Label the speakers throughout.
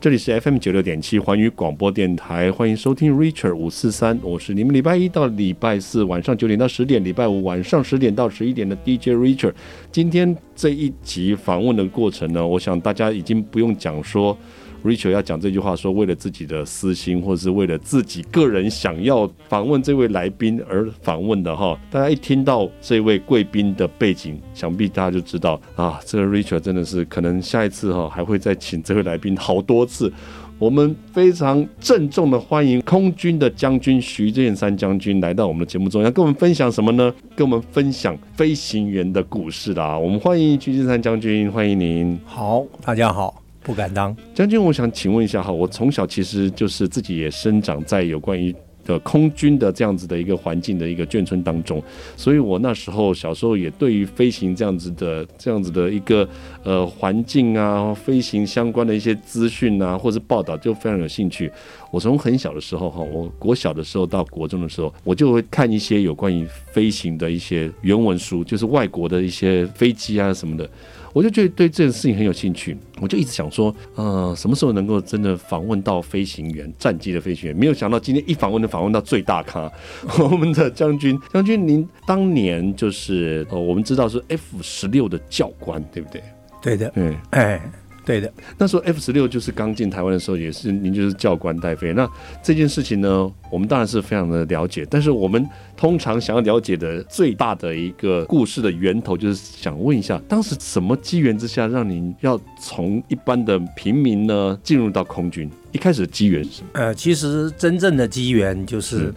Speaker 1: 这里是 FM 九六点七环宇广播电台，欢迎收听 Richard 五四三，我是你们礼拜一到礼拜四晚上九点到十点，礼拜五晚上十点到十一点的 DJ Richard。今天这一集访问的过程呢，我想大家已经不用讲说 Richard 要讲这句话，说为了自己的私心，或者是为了自己个人想要访问这位来宾而访问的哈。大家一听到这位贵宾的背景，想必大家就知道啊，这个 Richard 真的是可能下一次哈还会再请这位来宾好多次。我们非常郑重的欢迎空军的将军徐建山将军来到我们的节目中，要跟我们分享什么呢？跟我们分享飞行员的故事啦。我们欢迎徐建山将军，欢迎您。
Speaker 2: 好，大家好，不敢当。
Speaker 1: 将军，我想请问一下哈，我从小其实就是自己也生长在有关于的空军的这样子的一个环境的一个眷村当中，所以我那时候小时候也对于飞行这样子的这样子的一个呃环境啊，飞行相关的一些资讯啊，或者报道就非常有兴趣。我从很小的时候哈，我国小的时候到国中的时候，我就会看一些有关于飞行的一些原文书，就是外国的一些飞机啊什么的。我就觉得对这件事情很有兴趣，我就一直想说，呃，什么时候能够真的访问到飞行员，战机的飞行员？没有想到今天一访问能访问到最大咖， 我们的将军，将军，您当年就是呃，我们知道是 F 十六的教官，对不对？
Speaker 2: 对的，
Speaker 1: 对，
Speaker 2: 哎，对的，
Speaker 1: 那时候 F 十六就是刚进台湾的时候，也是您就是教官带飞。那这件事情呢，我们当然是非常的了解，但是我们通常想要了解的最大的一个故事的源头，就是想问一下，当时什么机缘之下，让您要从一般的平民呢进入到空军？一开始的机缘是什么？
Speaker 2: 呃，其实真正的机缘就是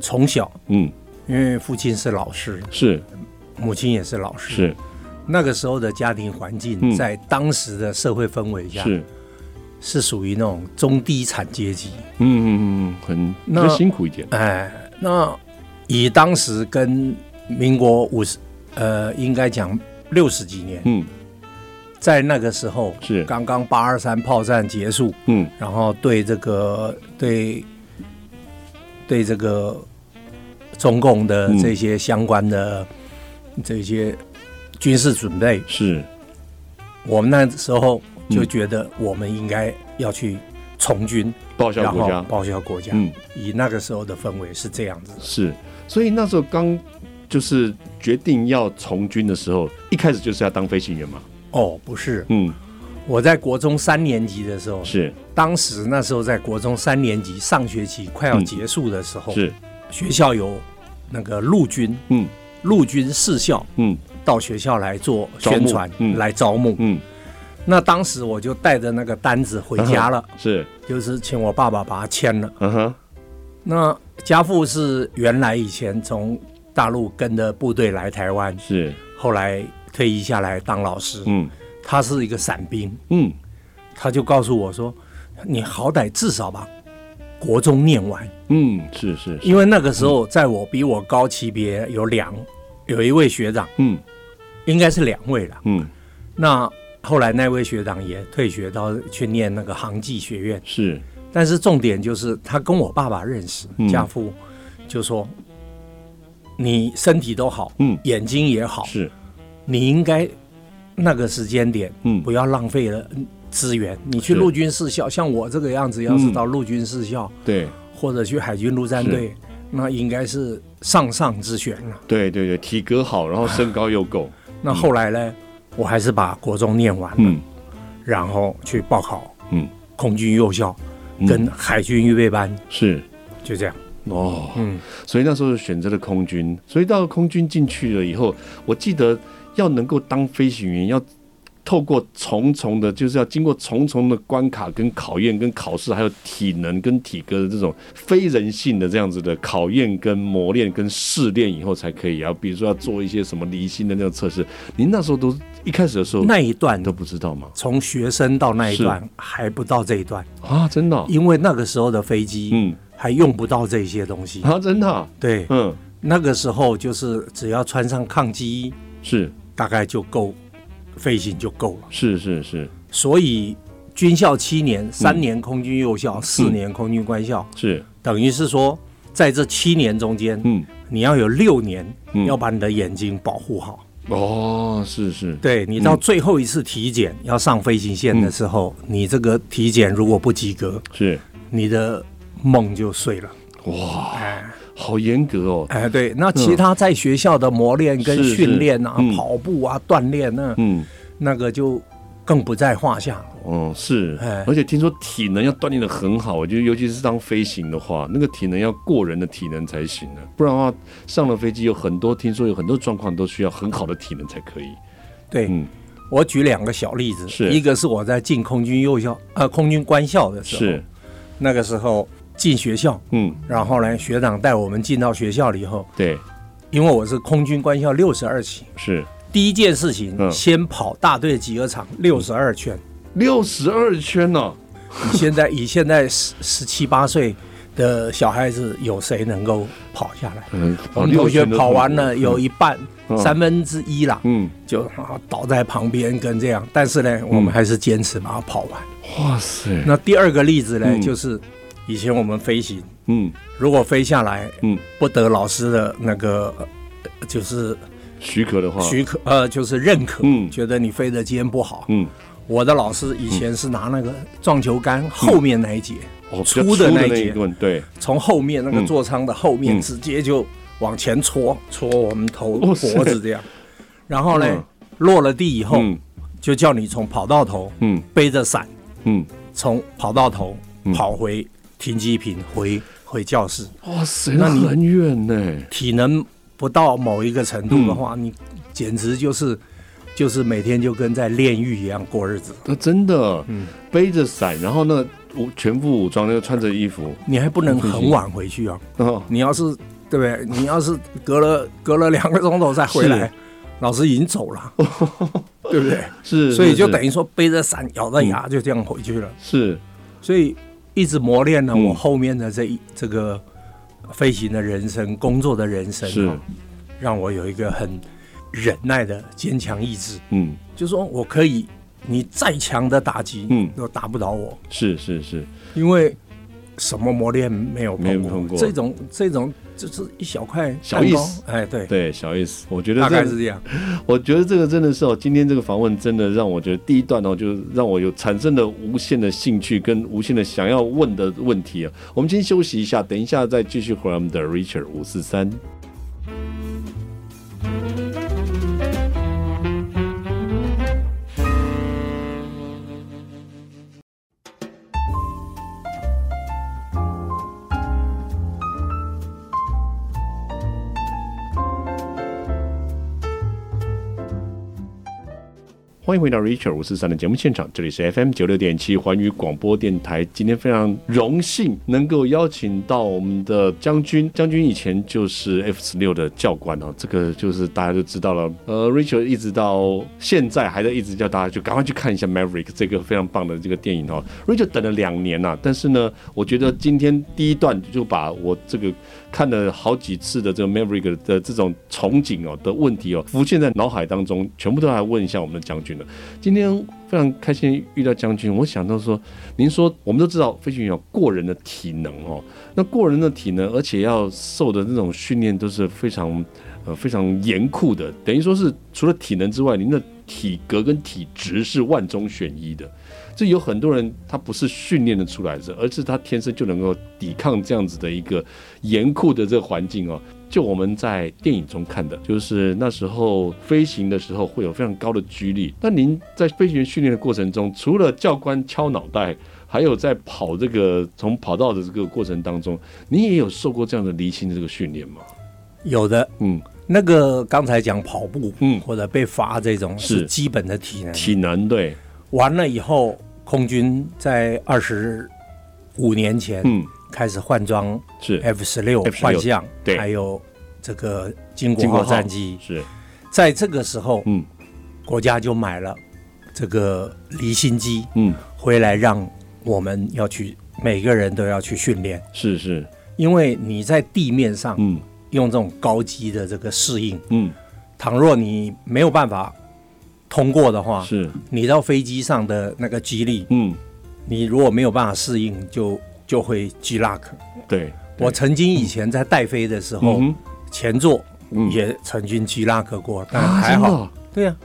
Speaker 2: 从小，
Speaker 1: 嗯，
Speaker 2: 因为父亲是老师，
Speaker 1: 是
Speaker 2: 母亲也是老师，
Speaker 1: 是
Speaker 2: 那个时候的家庭环
Speaker 1: 嗯
Speaker 2: 境，在当时的社会氛围下，
Speaker 1: 是，
Speaker 2: 是属于那种中低产阶级。
Speaker 1: 嗯嗯嗯，很比较
Speaker 2: 那
Speaker 1: 辛苦一点，
Speaker 2: 哎，那以当时跟民国五十，呃，应该讲六十几年，
Speaker 1: 嗯
Speaker 2: 在那个时候
Speaker 1: 是
Speaker 2: 刚刚八二三炮战结束，
Speaker 1: 嗯
Speaker 2: 然后对这个对对这个中共的
Speaker 1: 嗯
Speaker 2: 这些相关的这些军事准备，
Speaker 1: 是
Speaker 2: 我们那时候就
Speaker 1: 嗯
Speaker 2: 觉得我们应该要去从军，
Speaker 1: 报效
Speaker 2: 然
Speaker 1: 国
Speaker 2: 后
Speaker 1: 家，
Speaker 2: 报效国家。
Speaker 1: 嗯。
Speaker 2: 以那个时候的氛围是这样子的，
Speaker 1: 是，所以那时候刚就是决定要从军的时候，一开始就是要当飞行员嘛。
Speaker 2: 哦，不是，
Speaker 1: 嗯，
Speaker 2: 我在国中三年级的时候，
Speaker 1: 是
Speaker 2: 当时那时候在国中三年级上学期快要
Speaker 1: 嗯
Speaker 2: 结束的时候，
Speaker 1: 是，
Speaker 2: 学校有那个陆军
Speaker 1: 嗯
Speaker 2: 陆军士校
Speaker 1: 嗯
Speaker 2: 到学校来做
Speaker 1: 招募
Speaker 2: 宣传，
Speaker 1: 嗯
Speaker 2: 来招募。
Speaker 1: 嗯，
Speaker 2: 那当时我就带着那个单子回家了，
Speaker 1: 是，
Speaker 2: 就是请我爸爸把它签了。
Speaker 1: 嗯哼，
Speaker 2: 那家父是原来以前从大陆跟着部队来台湾，
Speaker 1: 是，
Speaker 2: 后来退役下来当老师，
Speaker 1: 嗯
Speaker 2: 他是一个伞兵，
Speaker 1: 嗯
Speaker 2: 他就告诉我说：“你好歹至少把国中念完。”
Speaker 1: 嗯，是是是，
Speaker 2: 因为那个时候，在我比我高级别有两有一位学长，
Speaker 1: 嗯
Speaker 2: 应该是两位了。
Speaker 1: 嗯
Speaker 2: 那后来那位学长也退学到去念那个航技学院，
Speaker 1: 是，
Speaker 2: 但是重点就是他跟我爸爸认识
Speaker 1: 嗯，
Speaker 2: 家父就说：“你身体都好，
Speaker 1: 嗯
Speaker 2: 眼睛也好，
Speaker 1: 是，
Speaker 2: 你应该那个时间点
Speaker 1: 嗯
Speaker 2: 不要浪费了资源，你去
Speaker 1: 是
Speaker 2: 陆军士校，像我这个样子，要是
Speaker 1: 嗯
Speaker 2: 到陆军士校
Speaker 1: 对
Speaker 2: 或者去海军陆战队，那应该是上上之选了。”
Speaker 1: 对对对，体格好，然后身高又够，
Speaker 2: 那后来呢，我还是把国中念完了，
Speaker 1: 嗯
Speaker 2: 然后去报考
Speaker 1: 嗯，
Speaker 2: 空军幼校
Speaker 1: 嗯
Speaker 2: 跟海军预备班，
Speaker 1: 是
Speaker 2: 就这样。
Speaker 1: 哦，
Speaker 2: 嗯，
Speaker 1: 所以那时候选择了空军，所以到空军进去了以后，我记得要能够当飞行员，要透过重重的，就是要经过重重的关卡、跟考验、跟考试，还有体能跟体格的这种非人性的这样子的考验、跟磨练、跟试炼以后才可以啊。比如说要做一些什么离心的那种测试，您那时候都一开始的时候
Speaker 2: 那一段
Speaker 1: 都不知道吗？
Speaker 2: 从学生到那一段还不到这一段，
Speaker 1: 啊，真的哦、
Speaker 2: 因为那个时候的飞机
Speaker 1: 嗯，
Speaker 2: 还用不到这些东西。
Speaker 1: 啊，真的啊、
Speaker 2: 对，
Speaker 1: 嗯，
Speaker 2: 那个时候就是只要穿上抗击衣，
Speaker 1: 是
Speaker 2: 大概就够飞行就够了。
Speaker 1: 是是是
Speaker 2: 所以军校七
Speaker 1: 嗯
Speaker 2: 年，三年空军幼校，四年空军官校，
Speaker 1: 是，
Speaker 2: 等于是说在这七年中间，
Speaker 1: 嗯
Speaker 2: 你要有六年
Speaker 1: 嗯，
Speaker 2: 要把你的眼睛保护好。
Speaker 1: 哦，是是，
Speaker 2: 对你到最后一次体检、要上飞行线的时候，
Speaker 1: 嗯
Speaker 2: 你这个体检如果不及格，
Speaker 1: 是，
Speaker 2: 你的梦就碎了。
Speaker 1: 哇，
Speaker 2: 哎
Speaker 1: 好严格哦，
Speaker 2: 哎，对，那其他在学校的磨练跟
Speaker 1: 是是
Speaker 2: 训练啊、
Speaker 1: 嗯
Speaker 2: 跑步啊、锻炼那、
Speaker 1: 嗯，
Speaker 2: 那个就更不在话下。
Speaker 1: 哦，是
Speaker 2: 哎，
Speaker 1: 而且听说体能要锻炼的很好，就是尤其是当飞行的话，那个体能要过人的体能才行呢，不然的话，上了飞机有很多听说有很多状况都需要很好的体能才可以，
Speaker 2: 对，
Speaker 1: 嗯，
Speaker 2: 我举两个小例子，
Speaker 1: 是
Speaker 2: 一个是我在进空军幼校呃空军官校的时候
Speaker 1: 是，，
Speaker 2: 那个时候进学校，
Speaker 1: 嗯，
Speaker 2: 然后呢学长带我们进到学校了以后，
Speaker 1: 对，
Speaker 2: 因为我是空军官校六十二期，
Speaker 1: 是
Speaker 2: 第一件事情、
Speaker 1: 嗯
Speaker 2: 先跑大队集合场六十二圈。
Speaker 1: 六十二圈呢，
Speaker 2: 你现在以现在十十七八岁的小孩子，有谁能够跑下来？
Speaker 1: 嗯，
Speaker 2: 我们同学跑完了有
Speaker 1: 一，
Speaker 2: 一半
Speaker 1: 嗯
Speaker 2: 三分之一啦，
Speaker 1: 嗯，
Speaker 2: 就啊倒在旁边跟这样，但是呢，我
Speaker 1: 嗯
Speaker 2: 们还是坚持把它跑完。
Speaker 1: 哇塞，
Speaker 2: 那第二个例子呢，
Speaker 1: 嗯
Speaker 2: 就是以前我们飞行，
Speaker 1: 嗯
Speaker 2: 如果飞下来
Speaker 1: 嗯，
Speaker 2: 不得老师的那个呃就是
Speaker 1: 许可的话，
Speaker 2: 许可，呃，就是认可，
Speaker 1: 嗯
Speaker 2: 觉得你飞的今天不好。
Speaker 1: 嗯，
Speaker 2: 我的老师以前是拿那个撞球杆后面那一节，
Speaker 1: 哦，
Speaker 2: 粗
Speaker 1: 比较
Speaker 2: 的那一
Speaker 1: 那一
Speaker 2: 节
Speaker 1: 棍，对，
Speaker 2: 从后面那个
Speaker 1: 嗯
Speaker 2: 座舱的后面
Speaker 1: 嗯
Speaker 2: 直接就往前戳，戳我们头
Speaker 1: 哇
Speaker 2: 脖
Speaker 1: 塞
Speaker 2: 子这样。然后
Speaker 1: 嗯
Speaker 2: 呢，落了地以后，
Speaker 1: 嗯
Speaker 2: 就叫你从跑道头
Speaker 1: 嗯
Speaker 2: 背着伞，
Speaker 1: 嗯，
Speaker 2: 从跑道头
Speaker 1: 嗯
Speaker 2: 跑回停机坪，回回教室。
Speaker 1: 哇塞，
Speaker 2: 那
Speaker 1: 那
Speaker 2: 你
Speaker 1: 很远呢，
Speaker 2: 体能不到某一个程度的
Speaker 1: 嗯
Speaker 2: 话，你简直就是就是每天就跟在炼狱一样过日子。
Speaker 1: 那真的，
Speaker 2: 嗯
Speaker 1: 背着伞，然后呢，武全副武装，那个穿着衣服，
Speaker 2: 你还不能
Speaker 1: 很
Speaker 2: 很晚回去哦，
Speaker 1: 哦，
Speaker 2: 你要是对不对？你要是隔了隔了两个钟头再回来
Speaker 1: 是，
Speaker 2: 老师已经走 了，对不对？
Speaker 1: 是，
Speaker 2: 所以
Speaker 1: 是嗯
Speaker 2: 就是等于说背着伞咬着牙就这样回去了。
Speaker 1: 是
Speaker 2: 所以一直磨练了
Speaker 1: 嗯
Speaker 2: 我后面的这一这个飞行的人生、工作的人生、
Speaker 1: 是
Speaker 2: 哦，，让我有一个很忍耐的坚强意志，
Speaker 1: 嗯
Speaker 2: 就说我可以，你再强的打击，
Speaker 1: 嗯
Speaker 2: 都打不倒我，
Speaker 1: 是是是，
Speaker 2: 因为什么磨练没有
Speaker 1: 没有
Speaker 2: 碰过，
Speaker 1: 碰过
Speaker 2: 这种这种就是一小块
Speaker 1: 小
Speaker 2: 蛋糕
Speaker 1: 意思，
Speaker 2: 哎，对，
Speaker 1: 对，小意思，我觉得
Speaker 2: 大概
Speaker 1: 这
Speaker 2: 是这样，
Speaker 1: 我觉得这个真的是哦，今天这个访问真的让我觉得第一段哦，就是让我有产生了无限的兴趣跟无限的想要问的问题啊。我们先休息一下，等一下再继续回来我们的 Richard 五四三。欢迎回到 Richard 五四三的节目现场，这里是 FM 九六点七环宇广播电台。今天非常荣幸能够邀请到我们的将军，将军以前就是 F 十六的教官哦，这个就是大家都知道了。呃，Richard 一直到现在还在一直叫大家就赶快去看一下 Maverick 这个非常棒的这个电影哦。Richard 等了两年呐、啊但是呢，我觉得今天第一段就把我这个看了好几次的这个 Maverick 的这种憧憬哦的问题哦，浮现在脑海当中，全部都来问一下我们的将军了。今天非常开心遇到将军，我想到说，您说我们都知道飞行员有过人的体能哦，那过人的体能，而且要受的那种训练都是非常呃非常严酷的，等于说是除了体能之外，您的体格跟体质是万中选一的。这有很多人他不是训练的出来的，而是他天生就能够抵抗这样子的一个严酷的这个环境哦。就我们在电影中看的，就是那时候飞行的时候会有非常高的居力。那您在飞行员训练的过程中，除了教官敲脑袋，还有在跑这个从跑道的这个过程当中，你也有受过这样的离心的这个训练吗？
Speaker 2: 有的。
Speaker 1: 嗯，
Speaker 2: 那个刚才讲跑步，
Speaker 1: 嗯
Speaker 2: 或者被罚这种
Speaker 1: 是
Speaker 2: 是基本的体能，
Speaker 1: 体能对，
Speaker 2: 完了以后，空军在二十五年前
Speaker 1: 嗯，
Speaker 2: 开始换装
Speaker 1: 是
Speaker 2: F 十六
Speaker 1: F-16
Speaker 2: 换项，
Speaker 1: 对
Speaker 2: 还有这个金
Speaker 1: 经
Speaker 2: 国
Speaker 1: 过
Speaker 2: 号战机，
Speaker 1: 是，
Speaker 2: 在这个时候，
Speaker 1: 嗯
Speaker 2: 国家就买了这个离心机
Speaker 1: 嗯，
Speaker 2: 回来，让我们要去每个人都要去训练，
Speaker 1: 是是，
Speaker 2: 因为你在地面上
Speaker 1: 嗯
Speaker 2: 用这种高机的这个适应，
Speaker 1: 嗯
Speaker 2: 倘若你没有办法通过的话，
Speaker 1: 是，
Speaker 2: 你到飞机上的那个激励。
Speaker 1: 嗯
Speaker 2: 你如果没有办法适应，就就会 G luck。
Speaker 1: 对，
Speaker 2: 我曾经以前在带飞的时候，
Speaker 1: 嗯哼
Speaker 2: 前座
Speaker 1: 嗯
Speaker 2: 也曾经居拉克过，但
Speaker 1: 啊，
Speaker 2: 还
Speaker 1: 真的
Speaker 2: 好，
Speaker 1: 哦，
Speaker 2: 对呀、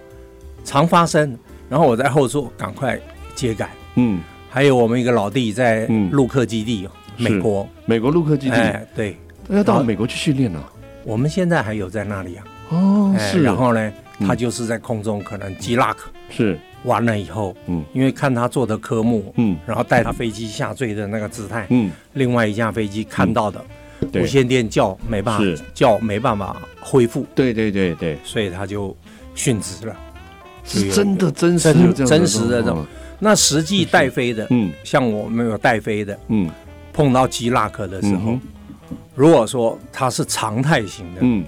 Speaker 2: 常发生。然后我在后座赶快接杆。
Speaker 1: 嗯，
Speaker 2: 还有我们一个老弟在
Speaker 1: 嗯
Speaker 2: 陆克基地，
Speaker 1: 是
Speaker 2: 美国，
Speaker 1: 美国陆克基地，
Speaker 2: 哎，对，
Speaker 1: 要
Speaker 2: 然
Speaker 1: 到
Speaker 2: 后
Speaker 1: 美国去训练了。
Speaker 2: 我们现在还有在那里啊，
Speaker 1: 哦，
Speaker 2: 哎，
Speaker 1: 是，
Speaker 2: 然后呢，
Speaker 1: 嗯
Speaker 2: 他就是在空中可能击 lock
Speaker 1: 是，
Speaker 2: 完了以后，
Speaker 1: 嗯
Speaker 2: 因为看他做的科目，
Speaker 1: 嗯
Speaker 2: 然后带他飞机下坠的那个姿态，
Speaker 1: 嗯，
Speaker 2: 另外一架飞机看到的
Speaker 1: 对
Speaker 2: 无线电叫没办
Speaker 1: 是
Speaker 2: 法叫没办法恢复，
Speaker 1: 对对对对，
Speaker 2: 所以他就殉职了。
Speaker 1: 是
Speaker 2: 有
Speaker 1: 真的真实
Speaker 2: 真
Speaker 1: 有这样
Speaker 2: 真实的这
Speaker 1: 状
Speaker 2: 种
Speaker 1: 况，
Speaker 2: 那实际带飞的，
Speaker 1: 嗯
Speaker 2: 像我们有带飞的，
Speaker 1: 嗯
Speaker 2: 碰到击 lock 的时
Speaker 1: 嗯
Speaker 2: 候
Speaker 1: 哼。
Speaker 2: 如果说他是常态型的，
Speaker 1: 嗯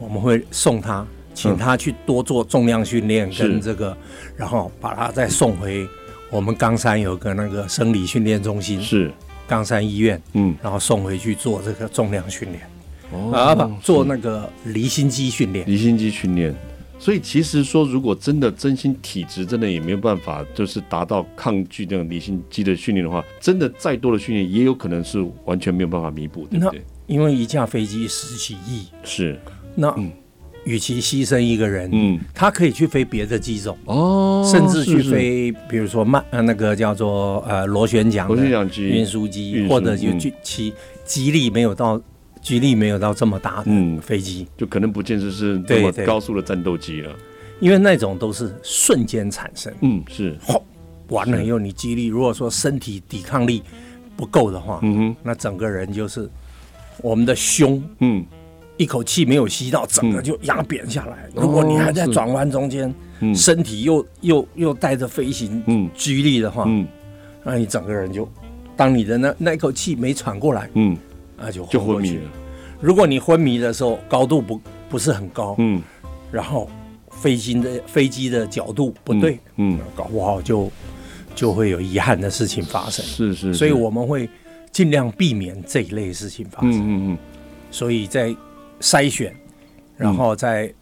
Speaker 2: 我们会送他，请他去多做重量训练
Speaker 1: 是
Speaker 2: 跟这个，然后把他再送回我们冈山有个那个生理训练中心，
Speaker 1: 是，
Speaker 2: 冈山医院，
Speaker 1: 嗯
Speaker 2: 然后送回去做这个重量训练，啊不
Speaker 1: 哦，
Speaker 2: 做那个离心肌训练。
Speaker 1: 离心机训练。所以其实说，如果真的真心体质真的也没有办法，就是达到抗拒这种离心机的训练的话，真的再多的训练也有可能是完全没有办法弥补，对不
Speaker 2: 那
Speaker 1: 对？
Speaker 2: 因为一架飞机十几亿，
Speaker 1: 是，
Speaker 2: 那与其牺牲一个人，
Speaker 1: 嗯，
Speaker 2: 他可以去飞别的机种，
Speaker 1: 哦，
Speaker 2: 甚至去
Speaker 1: 是是
Speaker 2: 飞，比如说慢呃那个叫做呃螺旋桨的
Speaker 1: 螺旋桨机
Speaker 2: 运输
Speaker 1: 运
Speaker 2: 机，
Speaker 1: 输
Speaker 2: 或者就
Speaker 1: 嗯
Speaker 2: 去其机力没有到机力没有到这么大
Speaker 1: 嗯
Speaker 2: 的飞机，
Speaker 1: 就可能不见得是那
Speaker 2: 对
Speaker 1: 么
Speaker 2: 对
Speaker 1: 高速的战斗机了。
Speaker 2: 因为那种都是瞬间产生，
Speaker 1: 嗯，是，
Speaker 2: 吼，完了以后你肌力如果说身体抵抗力不够的话，
Speaker 1: 嗯哼，
Speaker 2: 那整个人就是我们的胸
Speaker 1: 嗯
Speaker 2: 一口气没有吸到，整个
Speaker 1: 嗯
Speaker 2: 就压扁下来。
Speaker 1: 哦
Speaker 2: 如果你还在
Speaker 1: 是
Speaker 2: 转弯中间，
Speaker 1: 嗯
Speaker 2: 身体又又又带着飞行
Speaker 1: 嗯
Speaker 2: 肌力的话，
Speaker 1: 嗯
Speaker 2: 那你整个人就，当你的那那一口气没喘过来，
Speaker 1: 嗯，
Speaker 2: 那就
Speaker 1: 就
Speaker 2: 昏过
Speaker 1: 昏迷
Speaker 2: 去
Speaker 1: 了。。
Speaker 2: 如果你昏迷的时候高度不不是很高，
Speaker 1: 嗯，
Speaker 2: 然后飞行的飞机的角度不对，
Speaker 1: 嗯，
Speaker 2: 搞不好就就会有遗憾的事情发生。
Speaker 1: 是是，
Speaker 2: 所以
Speaker 1: 是
Speaker 2: 我们会尽量避免这一类事情发生。
Speaker 1: 嗯嗯嗯，
Speaker 2: 所以在筛选，然后在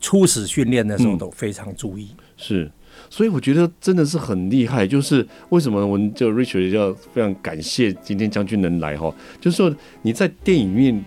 Speaker 2: 初始训练的时候
Speaker 1: 嗯
Speaker 2: 都非常注意。
Speaker 1: 是。所以我觉得真的是很厉害，就是为什么我们就 Richard 要非常感谢今天将军能来哈，就是说你在电影院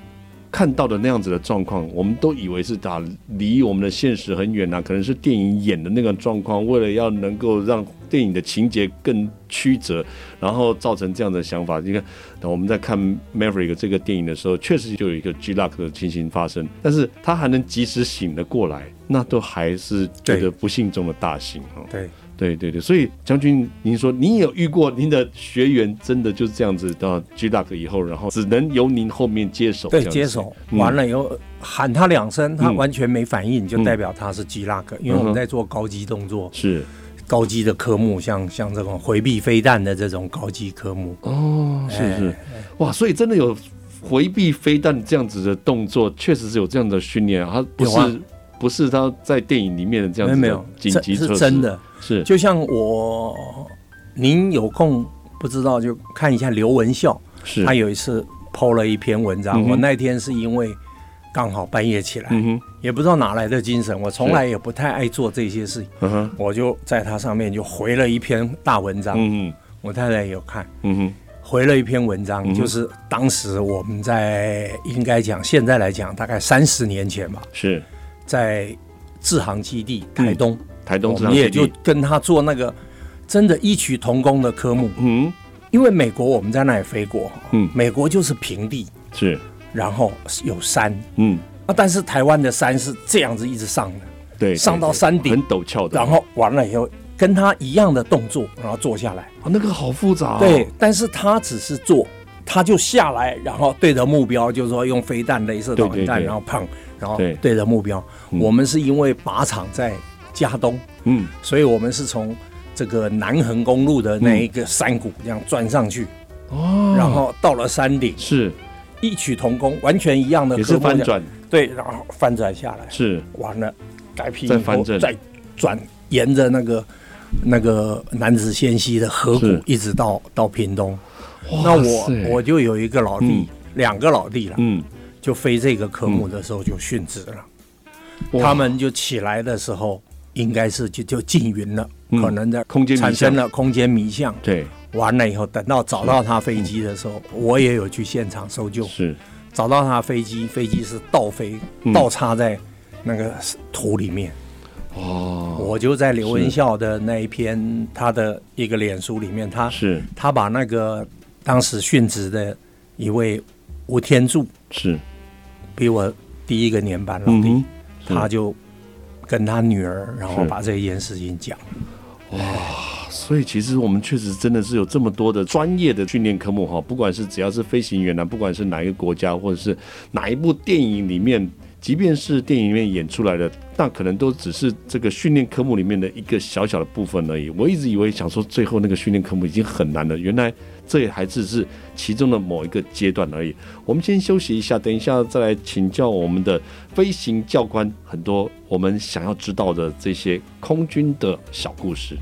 Speaker 1: 看到的那样子的状况，我们都以为是打离我们的现实很远啊，可能是电影演的那个状况，为了要能够让电影的情节更曲折，然后造成这样的想法。你看，我们在看《Maverick》这个电影的时候，确实就有一个 G Luck 的情形发生，但是他还能及时醒了过来，那都还是觉得
Speaker 2: 对
Speaker 1: 不幸中的大幸哦。
Speaker 2: 对，
Speaker 1: 对对对，所以将军，您说您有遇过您的学员真的就是这样子到 G Luck 以后，然后只能由您后面接手，
Speaker 2: 对
Speaker 1: 这，样子
Speaker 2: 接手
Speaker 1: 嗯
Speaker 2: 完了以后喊他两声，他
Speaker 1: 嗯
Speaker 2: 完全没反应，就
Speaker 1: 嗯
Speaker 2: 代表他是基拉克，
Speaker 1: 嗯
Speaker 2: 因为
Speaker 1: 哼
Speaker 2: 我们在做高级动作、
Speaker 1: 是
Speaker 2: 高级的科目，像像这种回避飞弹的这种高级科目，
Speaker 1: 哦，是
Speaker 2: 哎
Speaker 1: 是，哇，所以真的有回避飞弹这样子的动作，确实是有这样的训练啊，他不
Speaker 2: 有
Speaker 1: 是、
Speaker 2: 啊
Speaker 1: 不是他在电影里面的这样子
Speaker 2: 没有
Speaker 1: 的
Speaker 2: 没有，
Speaker 1: 紧
Speaker 2: 这
Speaker 1: 急测
Speaker 2: 是
Speaker 1: 试，
Speaker 2: 真的。
Speaker 1: 是
Speaker 2: 就像我，您有空不知道就看一下刘文孝，
Speaker 1: 是
Speaker 2: 他有一次抛了一篇文
Speaker 1: 嗯
Speaker 2: 章，
Speaker 1: 哼
Speaker 2: 我那天是因为刚好半夜起来，
Speaker 1: 嗯哼
Speaker 2: 也不知道哪来的精神，我从来也不太爱做这些事情，
Speaker 1: 嗯哼
Speaker 2: 我就在他上面就回了一篇大文章，
Speaker 1: 嗯哼
Speaker 2: 我太太也有看。
Speaker 1: 嗯哼
Speaker 2: 回了一篇文章，
Speaker 1: 嗯哼
Speaker 2: 就是当时我们在应该讲，现在来讲，大概三十年前吧，
Speaker 1: 是
Speaker 2: 在制航基地
Speaker 1: 嗯
Speaker 2: 台东，
Speaker 1: 台东
Speaker 2: 我
Speaker 1: 这场
Speaker 2: 们也就跟他做那个真的异曲同工的科目，
Speaker 1: 嗯
Speaker 2: 因为美国我们在那里飞过，
Speaker 1: 嗯
Speaker 2: 美国就是平地，
Speaker 1: 是
Speaker 2: 然后有山
Speaker 1: 嗯
Speaker 2: 啊，但是台湾的山是这样子一直上的，
Speaker 1: 对
Speaker 2: 上到
Speaker 1: 对对
Speaker 2: 山顶
Speaker 1: 很陡峭的，
Speaker 2: 然后完了以后跟他一样的动作，然后坐下来，
Speaker 1: 啊那个好复杂、哦，
Speaker 2: 对，但是他只是做，他就下来，然后对着目标，就是说用飞弹、镭射导
Speaker 1: 对对
Speaker 2: 弹，
Speaker 1: 对
Speaker 2: 然后砰，然后
Speaker 1: 对
Speaker 2: 对着目标。
Speaker 1: 嗯
Speaker 2: 我们是因为靶场在加东，
Speaker 1: 嗯
Speaker 2: 所以我们是从这个南横公路的那一个山谷这样钻上去，
Speaker 1: 哦，
Speaker 2: 然后到了山顶，
Speaker 1: 是
Speaker 2: 异曲同工，完全一样的
Speaker 1: 也
Speaker 2: 科
Speaker 1: 是
Speaker 2: 目
Speaker 1: 翻
Speaker 2: 这样，
Speaker 1: 转
Speaker 2: 对，然后翻转下来，
Speaker 1: 是
Speaker 2: 完了，改皮
Speaker 1: 再
Speaker 2: 以
Speaker 1: 翻
Speaker 2: 后
Speaker 1: 正
Speaker 2: 再转，沿着那个那个南子仙溪的河谷
Speaker 1: 是
Speaker 2: 一直到到屏东。
Speaker 1: 哇
Speaker 2: 那我
Speaker 1: 塞
Speaker 2: 我就有一个老弟，两个老弟了，
Speaker 1: 嗯
Speaker 2: 就飞这个科目的时候就殉职了。
Speaker 1: 哇
Speaker 2: 他们就起来的时候，应该是就就缙云了，
Speaker 1: 嗯
Speaker 2: 可能在
Speaker 1: 空间迷
Speaker 2: 产生
Speaker 1: 向
Speaker 2: 了空间迷向。
Speaker 1: 对
Speaker 2: 完了以后，等到找到他飞机的时候，我也有去现场搜救。
Speaker 1: 是
Speaker 2: 找到他的飞机，飞机是倒飞
Speaker 1: 嗯，
Speaker 2: 倒插在那个土里面。
Speaker 1: 哦，
Speaker 2: 我就在刘文孝的那一篇他的一个脸书里面，他
Speaker 1: 是
Speaker 2: 他把那个当时殉职的一位吴天柱，
Speaker 1: 是，
Speaker 2: 比我第一个年班老
Speaker 1: 嗯
Speaker 2: 弟
Speaker 1: 哼，，是
Speaker 2: 他就跟他女儿，然后
Speaker 1: 是
Speaker 2: 把这件事情讲。
Speaker 1: 啊所以其实我们确实真的是有这么多的专业的训练科目哈，不管是只要是飞行员啊，不管是哪一个国家或者是哪一部电影里面，即便是电影里面演出来的，那可能都只是这个训练科目里面的一个小小的部分而已。我一直以为想说最后那个训练科目已经很难了，原来这还只是其中的某一个阶段而已。我们先休息一下，等一下再来请教我们的飞行教官很多我们想要知道的这些空军的小故事。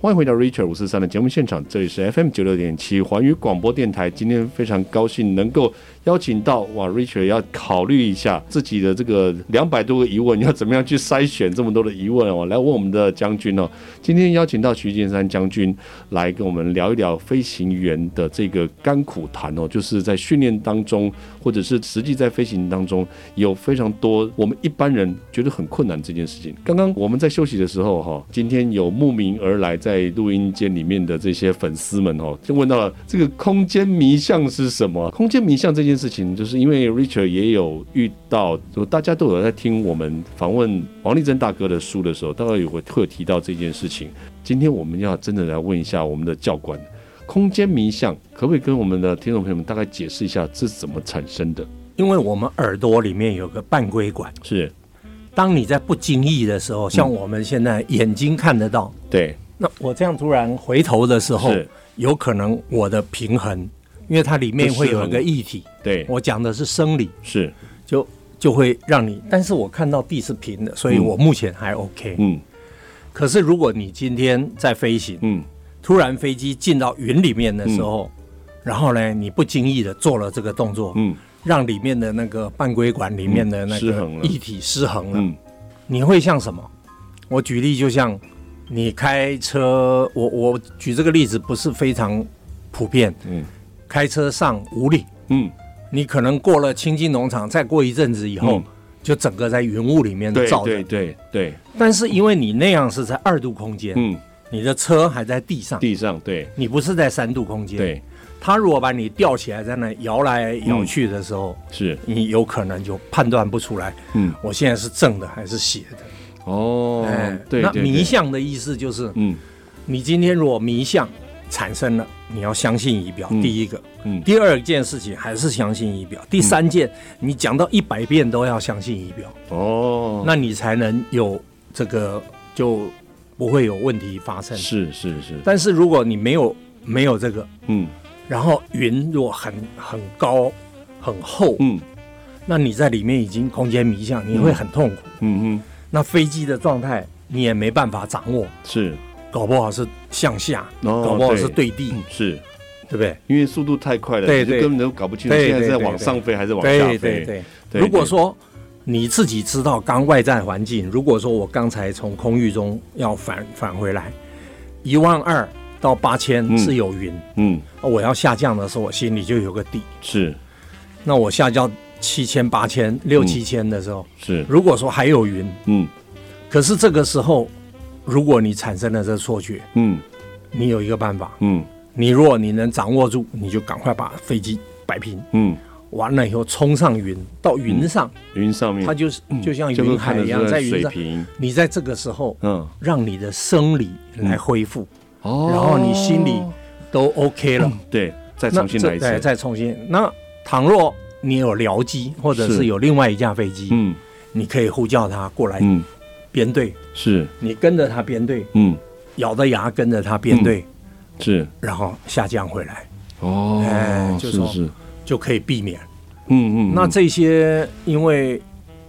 Speaker 1: 欢迎回到 Richard 五四三的节目现场，这里是 FM 九六点七环宇广播电台。今天非常高兴能够邀请到哇，Richard 要考虑一下自己的这个两百多个疑问，要怎么样去筛选这么多的疑问哦，来问我们的将军哦。今天邀请到徐建山将军来跟我们聊一聊飞行员的这个甘苦谈哦，就是在训练当中，或者是实际在飞行当中有非常多我们一般人觉得很困难这件事情。刚刚我们在休息的时候哈，今天有慕名而来在录音间里面的这些粉丝们哦，就问到了这个空间迷向是什么？空间迷向这件事情，就是因为 Richard 也有遇到，就大家都有在听我们访问王立珍大哥的书的时候，大概有会会有提到这件事情。今天我们要真的来问一下我们的教官。空间迷向可不可以跟我们的听众朋友们大概解释一下这是怎么产生的？
Speaker 2: 因为我们耳朵里面有个半规管，
Speaker 1: 是
Speaker 2: 当你在不经意的时候，像
Speaker 1: 嗯
Speaker 2: 我们现在眼睛看得到，
Speaker 1: 对，
Speaker 2: 那我这样突然回头的时候
Speaker 1: 是，
Speaker 2: 有可能我的平衡，因为它里面会有一个液体。
Speaker 1: 对，
Speaker 2: 我讲的是生理，
Speaker 1: 是，
Speaker 2: 就就会让你，但是我看到地是平的，所以
Speaker 1: 嗯
Speaker 2: 我目前还 OK。
Speaker 1: 嗯
Speaker 2: 可是如果你今天在飞行，
Speaker 1: 嗯，
Speaker 2: 突然飞机进到云里面的时候，然后呢，你不经意的做了这个动作，
Speaker 1: 嗯
Speaker 2: 让里面的那个半规管里面的那
Speaker 1: 失
Speaker 2: 个
Speaker 1: 衡了
Speaker 2: 液体失衡了，
Speaker 1: 嗯
Speaker 2: 你会像什么？我举例，就像你开车，我我举这个例子不是非常普遍，
Speaker 1: 嗯
Speaker 2: 开车上五里，
Speaker 1: 嗯，
Speaker 2: 你可能过了清境农场，再过一阵子以后，
Speaker 1: 嗯
Speaker 2: 就整个在云雾里面
Speaker 1: 对
Speaker 2: 照
Speaker 1: 对
Speaker 2: 着。
Speaker 1: 对对，
Speaker 2: 但是因为你那样是在二度空间，
Speaker 1: 嗯，
Speaker 2: 你的车还在地上，
Speaker 1: 地上对
Speaker 2: 你不是在三度空间。，
Speaker 1: 对
Speaker 2: 它如果把你吊起来在那摇来摇去的时候，
Speaker 1: 是，
Speaker 2: 你有可能就判断不出来，
Speaker 1: 嗯
Speaker 2: 我现在是正的还是斜的。
Speaker 1: 哦
Speaker 2: 哎，
Speaker 1: 对
Speaker 2: 那
Speaker 1: 对
Speaker 2: 迷
Speaker 1: 对，
Speaker 2: 向的意思就是，
Speaker 1: 嗯
Speaker 2: 你今天如果迷向产生了，你要相信仪表，
Speaker 1: 嗯
Speaker 2: 第一个。
Speaker 1: 嗯
Speaker 2: 第二件事情还是相信仪表，第三件、你讲到一百遍都要相信仪表，
Speaker 1: 哦，
Speaker 2: 那你才能有这个就不会有问题发生。
Speaker 1: 是是是，
Speaker 2: 但是如果你没有没有这个，
Speaker 1: 嗯
Speaker 2: 然后云如果很很高很厚，
Speaker 1: 嗯
Speaker 2: 那你在里面已经空间迷向，你会很痛苦。
Speaker 1: 嗯嗯
Speaker 2: 那飞机的状态你也没办法掌握，
Speaker 1: 是
Speaker 2: 搞不好是向下，
Speaker 1: 哦嗯
Speaker 2: 搞不好
Speaker 1: 对
Speaker 2: 是对地，
Speaker 1: 是，
Speaker 2: 对不对？
Speaker 1: 因为速度太快了，
Speaker 2: 对
Speaker 1: 你就
Speaker 2: 对
Speaker 1: 根本都搞不清楚
Speaker 2: 对
Speaker 1: 现在是在
Speaker 2: 对
Speaker 1: 往
Speaker 2: 对
Speaker 1: 上飞还是往下飞。
Speaker 2: 对对
Speaker 1: 对
Speaker 2: 对。如果说你自己知道刚外在环境，如果说我刚才从空域中要返返回来，一万二到八千
Speaker 1: 嗯
Speaker 2: 是有云，哦
Speaker 1: 嗯
Speaker 2: 我要下降的时候，我心里就有个底。
Speaker 1: 是
Speaker 2: 那我下降七千、八千、六七千的时候，
Speaker 1: 是，
Speaker 2: 如果说还有云，
Speaker 1: 嗯
Speaker 2: 可是这个时候，如果你产生了这错觉，
Speaker 1: 嗯
Speaker 2: 你有一个办法，
Speaker 1: 嗯
Speaker 2: 你如果你能掌握住，你就赶快把飞机摆平，
Speaker 1: 嗯，
Speaker 2: 完了以后冲上云，到云上，
Speaker 1: 云上面
Speaker 2: 它就是就像
Speaker 1: 嗯就会
Speaker 2: 云
Speaker 1: 看
Speaker 2: 海
Speaker 1: 得
Speaker 2: 一样，
Speaker 1: 出
Speaker 2: 在
Speaker 1: 来
Speaker 2: 云
Speaker 1: 水
Speaker 2: 上，
Speaker 1: 平，
Speaker 2: 你在这个时候
Speaker 1: 嗯
Speaker 2: 让你的生理来恢复，
Speaker 1: 哦，
Speaker 2: 然后你心里都 OK 了，
Speaker 1: 对，再
Speaker 2: 那
Speaker 1: 重新
Speaker 2: 这
Speaker 1: 来一
Speaker 2: 对
Speaker 1: 次。
Speaker 2: 再重新。那倘若你有僚机，或者
Speaker 1: 是
Speaker 2: 是有另外一架飞机，
Speaker 1: 嗯
Speaker 2: 你可以呼叫他过来
Speaker 1: 嗯，
Speaker 2: 编队，
Speaker 1: 是，
Speaker 2: 你跟着他编队，
Speaker 1: 嗯
Speaker 2: 咬着牙跟着他编队，
Speaker 1: 是，
Speaker 2: 然后下降回来，
Speaker 1: 哦，
Speaker 2: 哎就是说
Speaker 1: 是，
Speaker 2: 就可以避免。
Speaker 1: 嗯嗯，
Speaker 2: 那
Speaker 1: 嗯
Speaker 2: 这些因为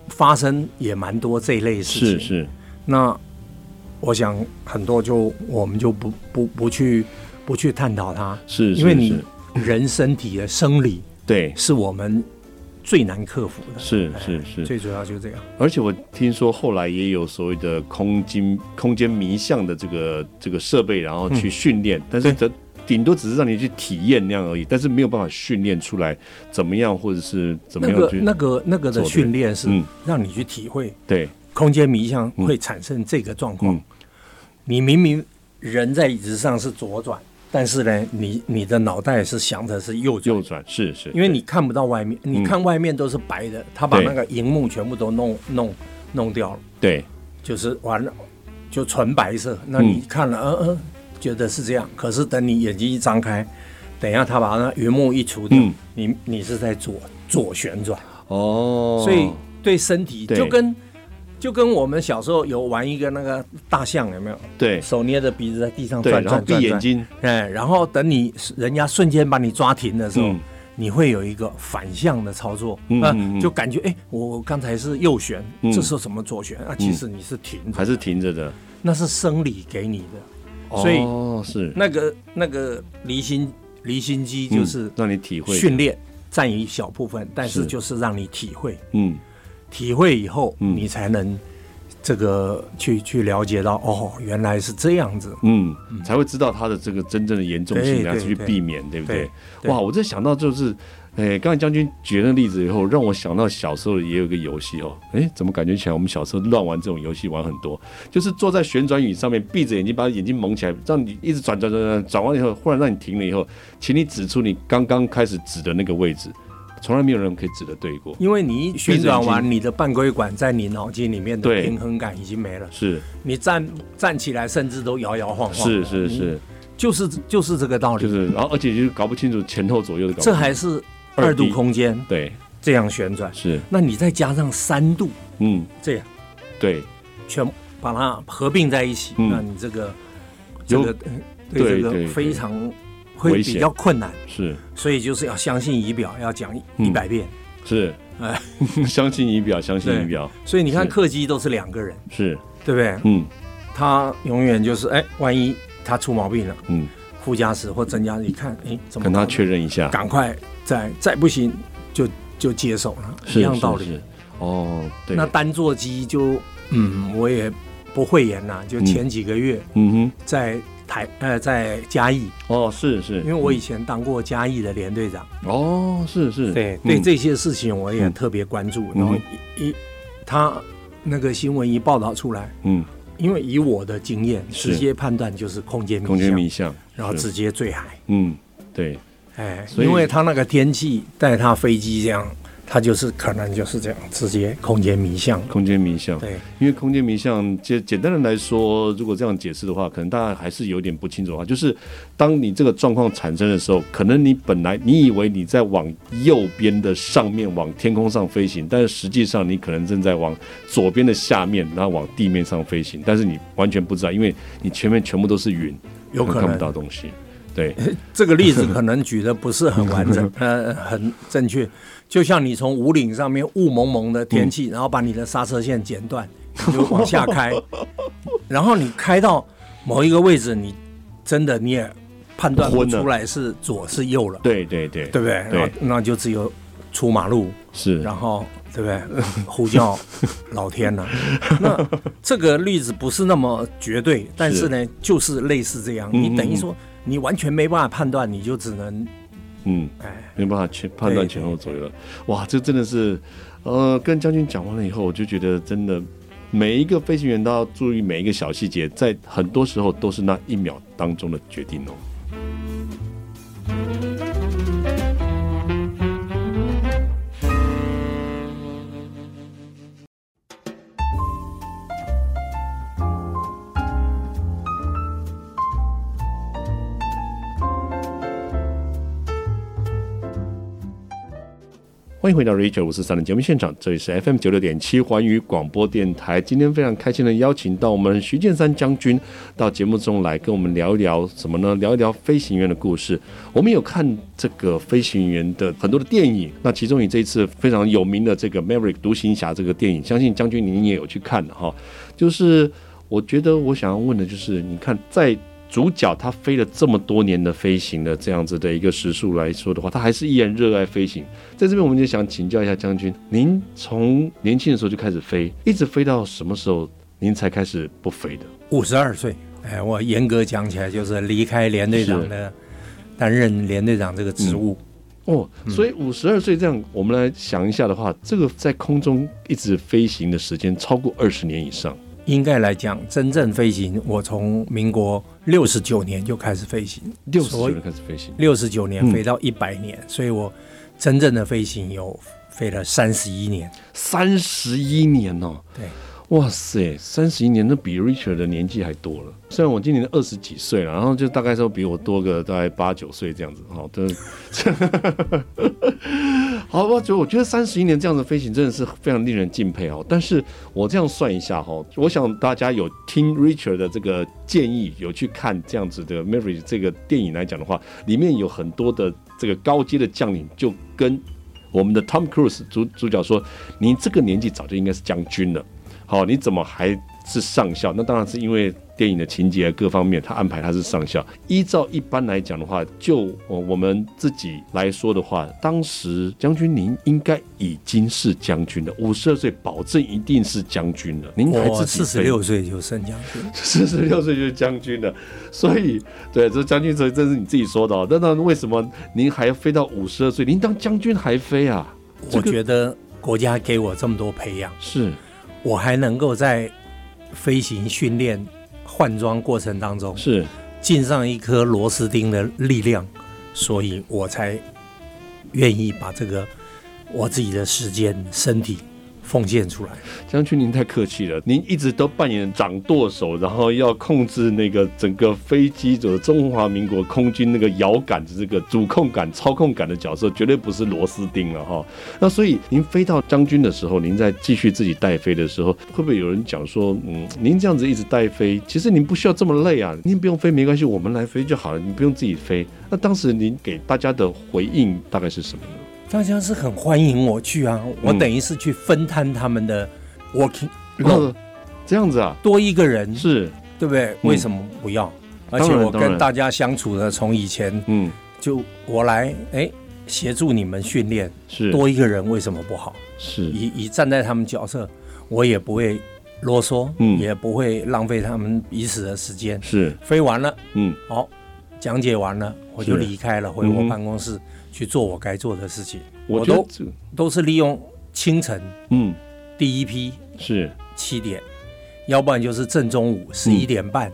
Speaker 2: 发生也蛮多这一类事情，
Speaker 1: 是是，
Speaker 2: 那我想很多就我们就不不不去不去探讨它，
Speaker 1: 是，
Speaker 2: 因为
Speaker 1: 是
Speaker 2: 你
Speaker 1: 是
Speaker 2: 人身体的生理
Speaker 1: 对，
Speaker 2: 是我们最难克服的，
Speaker 1: 是
Speaker 2: 哎
Speaker 1: 是是
Speaker 2: 最主要就是这个。
Speaker 1: 而且我听说后来也有所谓的空间空间迷向的这个这个设备，然后去训练，
Speaker 2: 嗯
Speaker 1: 但是这顶多只是让你去体验那样而已，但是没有办法训练出来怎么样，或者是怎么
Speaker 2: 那
Speaker 1: 样
Speaker 2: 个
Speaker 1: 去、
Speaker 2: 那个那个
Speaker 1: 做
Speaker 2: 的
Speaker 1: 对
Speaker 2: 训练是
Speaker 1: 嗯
Speaker 2: 让你去体会
Speaker 1: 对
Speaker 2: 空间迷向
Speaker 1: 嗯
Speaker 2: 会产生这个状况
Speaker 1: 嗯。
Speaker 2: 你明明人在椅子上是左转，但是呢，你你的脑袋是想的是右转
Speaker 1: 右，转是是，
Speaker 2: 因为你看不到外面，你看外面都是白的，他把
Speaker 1: 对
Speaker 2: 那个荧幕全部都弄弄弄掉了，
Speaker 1: 对
Speaker 2: 就是完了，就纯白色。那你看了，嗯嗯，觉得是这样，可是等你眼睛一张开，等一下他把那云幕一除掉，
Speaker 1: 嗯
Speaker 2: 你你是在左左旋转。
Speaker 1: 哦，
Speaker 2: 所以对身体
Speaker 1: 对
Speaker 2: 就跟就跟我们小时候有玩一个那个大象有没有？
Speaker 1: 对
Speaker 2: 手捏着鼻子在地上
Speaker 1: 对，
Speaker 2: 转
Speaker 1: 然后
Speaker 2: 转
Speaker 1: 闭
Speaker 2: 转
Speaker 1: 眼
Speaker 2: 转，
Speaker 1: 睛，
Speaker 2: 哎，然后等你人家瞬间把你抓停的时候，
Speaker 1: 嗯
Speaker 2: 你会有一个反向的操作，
Speaker 1: 嗯
Speaker 2: 那
Speaker 1: 嗯嗯
Speaker 2: 就感觉哎，我我刚才是右旋，
Speaker 1: 嗯
Speaker 2: 这时候怎么左旋啊？其实你是停着，
Speaker 1: 还是停着的，
Speaker 2: 那是生理给你的，所以
Speaker 1: 哦是
Speaker 2: 那个那个离心离心机就
Speaker 1: 嗯
Speaker 2: 是
Speaker 1: 让你体会
Speaker 2: 训练占一小部分，但是
Speaker 1: 是
Speaker 2: 就是让你体会。
Speaker 1: 嗯
Speaker 2: 体会以后，
Speaker 1: 嗯
Speaker 2: 你才能这个去去了解到哦，原来是这样子。
Speaker 1: 嗯，才会知道它的这个真正的严重性，
Speaker 2: 对
Speaker 1: 然后去
Speaker 2: 对
Speaker 1: 避免，对不对
Speaker 2: 对？对
Speaker 1: 哇，我这想到就是，哎、刚才将军举那个例子以后，让我想到小时候也有一个游戏哦，哎、怎么感觉起来我们小时候乱玩这种游戏玩很多？就是坐在旋转椅上面，闭着眼睛把眼睛蒙起来，让你一直转转转转，转完以后，忽然让你停了以后，请你指出你刚刚开始指的那个位置，从来没有人可以指的对过。
Speaker 2: 因为你一旋转
Speaker 1: 闭着眼
Speaker 2: 完，你的半规管在你脑筋里面的
Speaker 1: 对
Speaker 2: 平衡感已经没了，
Speaker 1: 是
Speaker 2: 你站站起来甚至都摇摇晃晃。
Speaker 1: 是是
Speaker 2: 你，
Speaker 1: 是，
Speaker 2: 就是就是这个道理。
Speaker 1: 就是，然后而且就是搞不清楚前后左右的搞不清楚。
Speaker 2: 这还是
Speaker 1: 二
Speaker 2: 二度
Speaker 1: D
Speaker 2: 空间
Speaker 1: 对，
Speaker 2: 这样旋转，
Speaker 1: 是，
Speaker 2: 那你再加上三度
Speaker 1: 嗯，
Speaker 2: 这样，
Speaker 1: 对。
Speaker 2: 全把它合并在一起，
Speaker 1: 嗯
Speaker 2: 那你这个这
Speaker 1: 有
Speaker 2: 个呃
Speaker 1: 对
Speaker 2: 对这
Speaker 1: 对
Speaker 2: 个非
Speaker 1: 对
Speaker 2: 常
Speaker 1: 危
Speaker 2: 会
Speaker 1: 险
Speaker 2: 比较困难。
Speaker 1: 是
Speaker 2: 所以就是要相信仪表，要讲
Speaker 1: 嗯
Speaker 2: 一百遍。
Speaker 1: 是，
Speaker 2: 哎
Speaker 1: 相信仪表，相信仪表，
Speaker 2: 所以你看
Speaker 1: 是
Speaker 2: 客机都是两个人，
Speaker 1: 是，
Speaker 2: 对不对？
Speaker 1: 嗯
Speaker 2: 他永远就是哎，万一他出毛病了，
Speaker 1: 嗯，
Speaker 2: 副驾驶或增加一看，哎，怎么
Speaker 1: 跟他
Speaker 2: 搞的
Speaker 1: 确认一下，
Speaker 2: 赶快再再不行就就接手了，
Speaker 1: 是
Speaker 2: 一样道。
Speaker 1: 是
Speaker 2: 理。
Speaker 1: 是哦，对，
Speaker 2: 那单座机就嗯，我也不讳言呐，就前几个月
Speaker 1: 嗯
Speaker 2: 在台呃在嘉义，
Speaker 1: 哼，哦，是是，
Speaker 2: 因为我以前当过嘉义的连队长。
Speaker 1: 嗯哦，是是，
Speaker 2: 对
Speaker 1: 嗯
Speaker 2: 对，这些事情我也
Speaker 1: 嗯
Speaker 2: 特别关注。
Speaker 1: 嗯
Speaker 2: 然后一一他那个新闻一报道出来，
Speaker 1: 嗯，
Speaker 2: 因为以我的经验，
Speaker 1: 是
Speaker 2: 直接判断就是空间
Speaker 1: 空嗯
Speaker 2: 迷
Speaker 1: 间迷
Speaker 2: 向，
Speaker 1: 向，
Speaker 2: 然后
Speaker 1: 是
Speaker 2: 直接坠海。
Speaker 1: 嗯，对，
Speaker 2: 哎，
Speaker 1: 所以
Speaker 2: 因为他那个天气带他飞机这样，他就是可能就是这样直接空间迷向。
Speaker 1: 空间迷向，
Speaker 2: 对，
Speaker 1: 因为空间迷向，简简单的来说，如果这样解释的话，可能大家还是有点不清楚的话，就是当你这个状况产生的时候，可能你本来你以为你在往右边的上面往天空上飞行，但是实际上你可能正在往左边的下面，然后往地面上飞行，但是你完全不知道，因为你前面全部都是云，
Speaker 2: 有可
Speaker 1: 看不
Speaker 2: 能
Speaker 1: 到东西。 对，
Speaker 2: 这个例子可能举的不是很 完整，呃，很正确。就像你从五岭上面雾蒙蒙的天
Speaker 1: 嗯
Speaker 2: 气，然后把你的刹车线剪断，你就往下 开，然后你开到某一个位置，你真的你也判断不
Speaker 1: 昏了
Speaker 2: 出来是左是右了，
Speaker 1: 对对对，
Speaker 2: 对不对？
Speaker 1: 对
Speaker 2: 那那就只有出马路，
Speaker 1: 是
Speaker 2: 然后对不对？ 呼叫老 天了。那这个例子不是那么绝对，但是呢，就是类似这样，
Speaker 1: 嗯嗯
Speaker 2: 你等于说你完全没办法判断，你就只能
Speaker 1: 嗯。
Speaker 2: 哎，
Speaker 1: 没有办法去判断
Speaker 2: 对
Speaker 1: 前后左右了。哇，这真的是，呃，跟将军讲完了以后，我就觉得真的，每一个飞行员都要注意每一个小细节，在很多时候都是那一秒当中的决定哦。欢迎回到 Rachel 五四三的节目现场，这里是 FM 九六点七环宇广播电台。今天非常开心的邀请到我们徐建山将军到节目中来跟我们聊一聊什么呢？聊一聊飞行员的故事。我们有看这个飞行员的很多的电影，那其中以这一次非常有名的这个《Maverick 独行侠》这个电影，相信将军您也有去看的哈。就是我觉得我想要问的就是，你看在主角他飞了这么多年的飞行的这样子的一个时速来说的话，他还是依然热爱飞行。在这边，我们就想请教一下将军，您从年轻的时候就开始飞，一直飞到什么时候您才开始不飞的？
Speaker 2: 五十二岁，哎，我严格讲起来就是离开连队长的，担任连队长这个职务。
Speaker 1: 哦，所以五十二岁这样，我们来想一下的话，这个在空中一直飞行的时间超过二十年以上。
Speaker 2: 应该来讲，真正飞行，我从民国六十九年就开始飞行，
Speaker 1: 六十嗯
Speaker 2: 所以
Speaker 1: 岁开始飞行，
Speaker 2: 六十九年飞到一百年，所以我真正的飞行有飞了三十一年。
Speaker 1: 三十一年哦，
Speaker 2: 对，
Speaker 1: 哇塞，三十一年，那比 Richard 的年纪还多了。虽然我今年二十几岁了，然后就大概说比我多个大概八九岁这样子，好、哦，都 好吧，就我觉得三十一年这样的飞行真的是非常令人敬佩哦。但是我这样算一下哈、哦，我想大家有听 Richard 的这个建议，有去看这样子的 Mary 这个电影来讲的话，里面有很多的这个高阶的将领就跟我们的 Tom Cruise 主主角说：“你这个年纪早就应该是将军了，好，你怎么还是上校？那当然是因为电影的情节各方面，他安排他是上校。依照一般来讲的话，就呃我们自己来说的话，当时将军您应该已经是将军了，五十二岁保证一定是将军了。您还
Speaker 2: 我
Speaker 1: 自己
Speaker 2: 四十
Speaker 1: 飞
Speaker 2: 六岁就升将军。
Speaker 1: 四十六岁就是将军了，所以对这将军这这是你自己说的、哦。那那为什么您还飞到五十二岁？您当将军还飞啊？这
Speaker 2: 我
Speaker 1: 个
Speaker 2: 觉得国家给我这么多培养，
Speaker 1: 是
Speaker 2: 我还能够在飞行训练、换装过程当中
Speaker 1: 是
Speaker 2: 尽上一颗螺丝钉的力量，所以我才愿意把这个我自己的时间、身体奉献出来。
Speaker 1: 将军，您太客气了，您一直都扮演掌舵手，然后要控制那个整个飞机的中华民国空军那个摇杆的这个主控杆、操控杆的角色，绝对不是螺丝钉了哈。那所以您飞到将军的时候，您在继续自己带飞的时候，会不会有人讲说，嗯，您这样子一直带飞，其实您不需要这么累啊，您不用飞没关系，我们来飞就好了，你不用自己飞。那当时您给大家的回应大概是什么呢？
Speaker 2: 大家是很欢迎我去啊，我
Speaker 1: 嗯
Speaker 2: 等于是去分摊他们的 working，、
Speaker 1: 哦，这样子啊，
Speaker 2: 多一个人，
Speaker 1: 是，
Speaker 2: 对不对？
Speaker 1: 嗯
Speaker 2: 为什么不要？而
Speaker 1: 当
Speaker 2: 且
Speaker 1: 然
Speaker 2: 我
Speaker 1: 当然
Speaker 2: 跟大家相处的，从以前
Speaker 1: 嗯，
Speaker 2: 就我来，哎，协助你们训练，
Speaker 1: 是，
Speaker 2: 多一个人为什么不好？
Speaker 1: 是，
Speaker 2: 以以站在他们角色，我也不会啰嗦，
Speaker 1: 嗯
Speaker 2: 也不会浪费他们彼此的时间。
Speaker 1: 是，
Speaker 2: 飞完了，
Speaker 1: 嗯。
Speaker 2: 哦，讲解完了，我就离开了，回
Speaker 1: 嗯
Speaker 2: 我
Speaker 1: 哼
Speaker 2: 办公室去做我该做的事情。
Speaker 1: 我
Speaker 2: 我
Speaker 1: 觉得
Speaker 2: 都
Speaker 1: 这
Speaker 2: 都是利用清晨
Speaker 1: 嗯
Speaker 2: 第一批
Speaker 1: 是
Speaker 2: 七点，要不然就是正中午
Speaker 1: 嗯
Speaker 2: 十一点半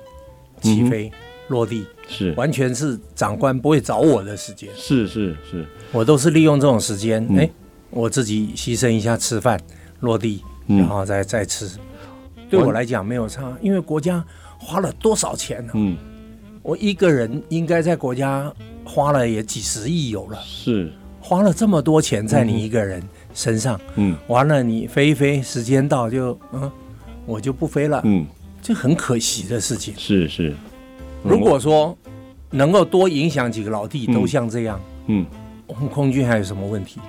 Speaker 2: 起飞落地，
Speaker 1: 是
Speaker 2: 完全是长官不会找我的时间，
Speaker 1: 是是是
Speaker 2: 我都是利用这种时间，
Speaker 1: 嗯
Speaker 2: 哎、我自己牺牲一下吃饭落地，
Speaker 1: 嗯
Speaker 2: 然后再再吃。对
Speaker 1: 完
Speaker 2: 我来讲没有差，因为国家花了多少钱呢、
Speaker 1: 嗯
Speaker 2: 我一个人应该在国家花了也几十亿有了，
Speaker 1: 是
Speaker 2: 花了这么多钱在你一个人身上，
Speaker 1: 嗯
Speaker 2: 完了你飞一飞，时间到就嗯，我就不飞了，
Speaker 1: 嗯
Speaker 2: 这很可惜的事情。
Speaker 1: 是是，嗯
Speaker 2: 如果说能够多影响几个老弟，
Speaker 1: 嗯
Speaker 2: 都像这样，
Speaker 1: 嗯，
Speaker 2: 我们空军还有什么问题？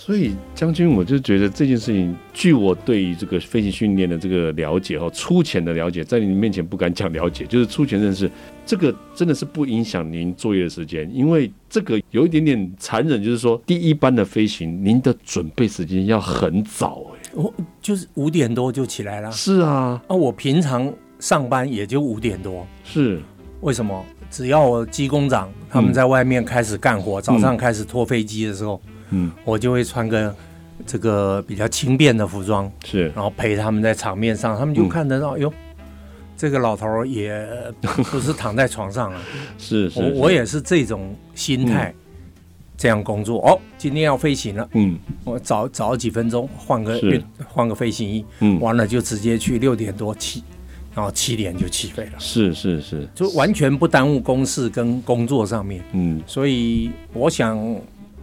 Speaker 1: 所以将军，我就觉得这件事情，据我对于这个飞行训练的这个了解哦，粗浅的了解，在你面前不敢讲了解，就是粗浅认识，这个真的是不影响您作业的时间，因为这个有一点点残忍，就是说第一班的飞行，您的准备时间要很早哎、
Speaker 2: 我就是五点多就起来了，
Speaker 1: 是啊，
Speaker 2: 啊，我平常上班也就五点多，
Speaker 1: 是
Speaker 2: 为什么？只要我机工长他们在外面开始干活，早上开始拖飞机的时候，
Speaker 1: 嗯
Speaker 2: 我就会穿个这个比较轻便的服装，
Speaker 1: 是
Speaker 2: 然后陪他们在场面上，他们就
Speaker 1: 嗯
Speaker 2: 看得到，哟、这个老头儿也不是躺在床上啊，
Speaker 1: 是嗯是，
Speaker 2: 我我也是这种心态。这样工作哦，今天要飞行了，
Speaker 1: 嗯
Speaker 2: 我早早几分钟换个
Speaker 1: 是
Speaker 2: 运换个飞行衣，
Speaker 1: 嗯
Speaker 2: 完了就直接去六点多起，然后七点就起飞了，
Speaker 1: 是是是，
Speaker 2: 就完全不耽误公事跟工作上面。
Speaker 1: 嗯，
Speaker 2: 所以我想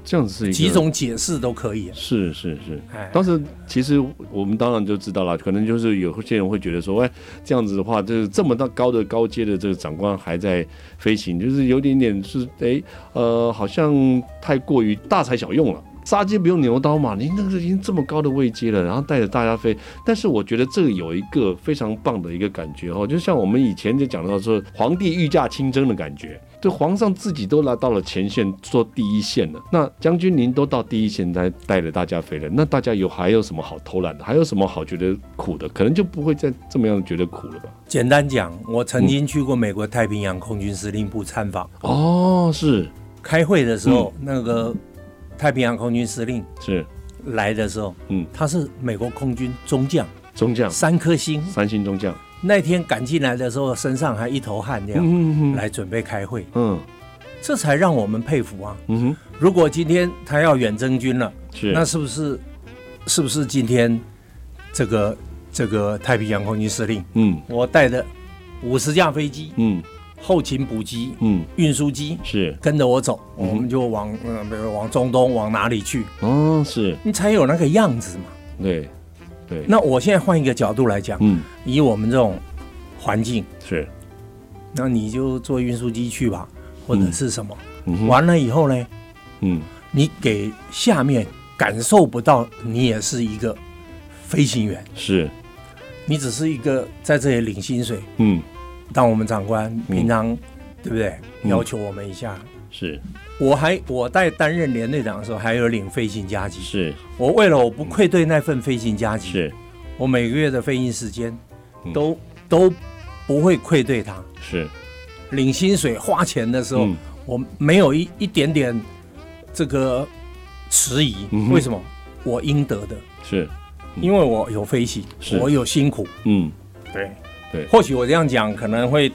Speaker 1: 这样子是一个
Speaker 2: 几种解释都可以、啊。
Speaker 1: 是是是，
Speaker 2: 哎，
Speaker 1: 当时其实我们当然就知道了，可能就是有些人会觉得说，哎，这样子的话，就是这么大高的高阶的这个长官还在飞行，就是有点点是哎呃，好像太过于大材小用了。杀鸡不用牛刀嘛，您那个已经这么高的位阶了，然后带着大家飞。但是我觉得这个有一个非常棒的一个感觉哦，就像我们以前就讲到说皇帝御驾亲征的感觉，就皇上自己都来到了前线做第一线了。那将军您都到第一线来带着大家飞了，那大家有还有什么好偷懒的？还有什么好觉得苦的？可能就不会再这么样觉得苦了吧？
Speaker 2: 简单讲，我曾经去过美国太平洋空军司令部参访，
Speaker 1: 哦，是
Speaker 2: 开会的时候，
Speaker 1: 嗯
Speaker 2: 那个太平洋空军司令
Speaker 1: 是，
Speaker 2: 来的时候，
Speaker 1: 嗯，
Speaker 2: 他是美国空军中将，
Speaker 1: 中将，
Speaker 2: 三颗星。
Speaker 1: 三星中将，
Speaker 2: 那天赶进来的时候，身上还一头汗，这样、
Speaker 1: 嗯嗯
Speaker 2: 来准备开会，
Speaker 1: 嗯
Speaker 2: 这才让我们佩服啊！
Speaker 1: 嗯哼，
Speaker 2: 如果今天他要远征军了，
Speaker 1: 是，
Speaker 2: 那是不是是不是今天这个这个太平洋空军司令，
Speaker 1: 嗯
Speaker 2: 我带的五十架飞机、
Speaker 1: 嗯
Speaker 2: 后勤补给、
Speaker 1: 嗯
Speaker 2: 运输机
Speaker 1: 是，
Speaker 2: 跟着我走，
Speaker 1: 嗯哼
Speaker 2: 我们就往呃比如往中东往哪里去，
Speaker 1: 哦是，
Speaker 2: 你才有那个样子嘛。
Speaker 1: 对对，
Speaker 2: 那我现在换一个角度来讲，
Speaker 1: 嗯
Speaker 2: 以我们这种环境，
Speaker 1: 是，
Speaker 2: 那你就坐运输机去吧，或者是什么。
Speaker 1: 嗯哼
Speaker 2: 完了以后呢，
Speaker 1: 嗯
Speaker 2: 你给下面感受不到你也是一个飞行员，
Speaker 1: 是，
Speaker 2: 你只是一个在这里领薪水。
Speaker 1: 嗯
Speaker 2: 当我们长官
Speaker 1: 嗯
Speaker 2: 平常、对不对？
Speaker 1: 嗯
Speaker 2: 要求我们一下。
Speaker 1: 是
Speaker 2: 我还我在担任连队长的时候，还有领飞行加急。
Speaker 1: 是
Speaker 2: 我为了我不愧对那份飞行加急，
Speaker 1: 是
Speaker 2: 我每个月的飞行时间
Speaker 1: 嗯
Speaker 2: 都、都不会愧对他。
Speaker 1: 是，
Speaker 2: 领薪水花钱的时候，
Speaker 1: 嗯
Speaker 2: 我没有一一点点这个迟疑。
Speaker 1: 嗯哼
Speaker 2: 为什么？我应得的，
Speaker 1: 是，嗯
Speaker 2: 因为我有飞行
Speaker 1: 是，
Speaker 2: 我有辛苦。
Speaker 1: 嗯
Speaker 2: 对
Speaker 1: 对
Speaker 2: 或许我这样讲可能会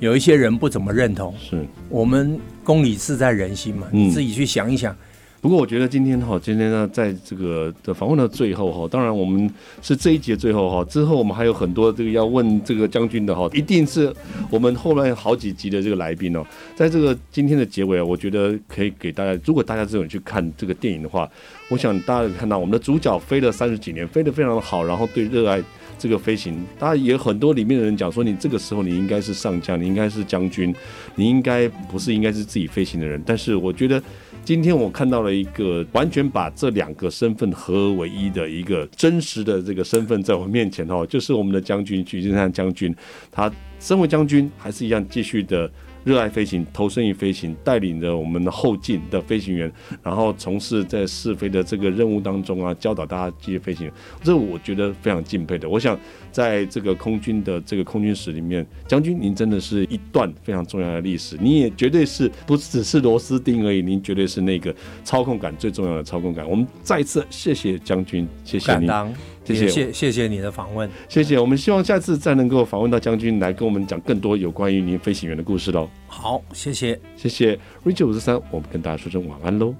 Speaker 2: 有一些人不怎么认同。
Speaker 1: 是。
Speaker 2: 我们公理自在人心嘛，
Speaker 1: 嗯
Speaker 2: 你自己去想一想。
Speaker 1: 不过我觉得今天哈，今天呢，在这个的访问的最后哈，当然我们是这一节最后哈，之后我们还有很多这个要问这个将军的哈，一定是我们后面好几集的这个来宾哦。在这个今天的结尾啊，我觉得可以给大家，如果大家这种去看这个电影的话，我想大家有看到我们的主角飞了三十几年，飞得非常的好，然后对热爱这个飞行，当然也有很多里面的人讲说，你这个时候你应该是上将，你应该是将军，你应该不是应该是自己飞行的人。但是我觉得今天我看到了一个完全把这两个身份合而为一的一个真实的这个身份在我面前哦，就是我们的将军许正山将军，他身为将军还是一样继续的。热爱飞行，投身于飞行，带领着我们的后进的飞行员，然后从事在试飞的这个任务当中啊，教导大家这些飞行员，这我觉得非常敬佩的。我想在这个空军的这个空军史里面，将军您真的是一段非常重要的历史，你也绝对是不只是螺丝钉而已，您绝对是那个操控感最重要的操控感。我们再次谢谢将军，谢谢
Speaker 2: 敢
Speaker 1: 您，
Speaker 2: 当，
Speaker 1: 谢谢
Speaker 2: 也谢谢谢你的访问。
Speaker 1: 谢谢。我们希望下次再能够访问到将军来跟我们讲更多有关于您飞行员的故事喽。
Speaker 2: 好，谢谢。
Speaker 1: 谢谢 r a c h e 五十三，我们跟大家说声晚安喽，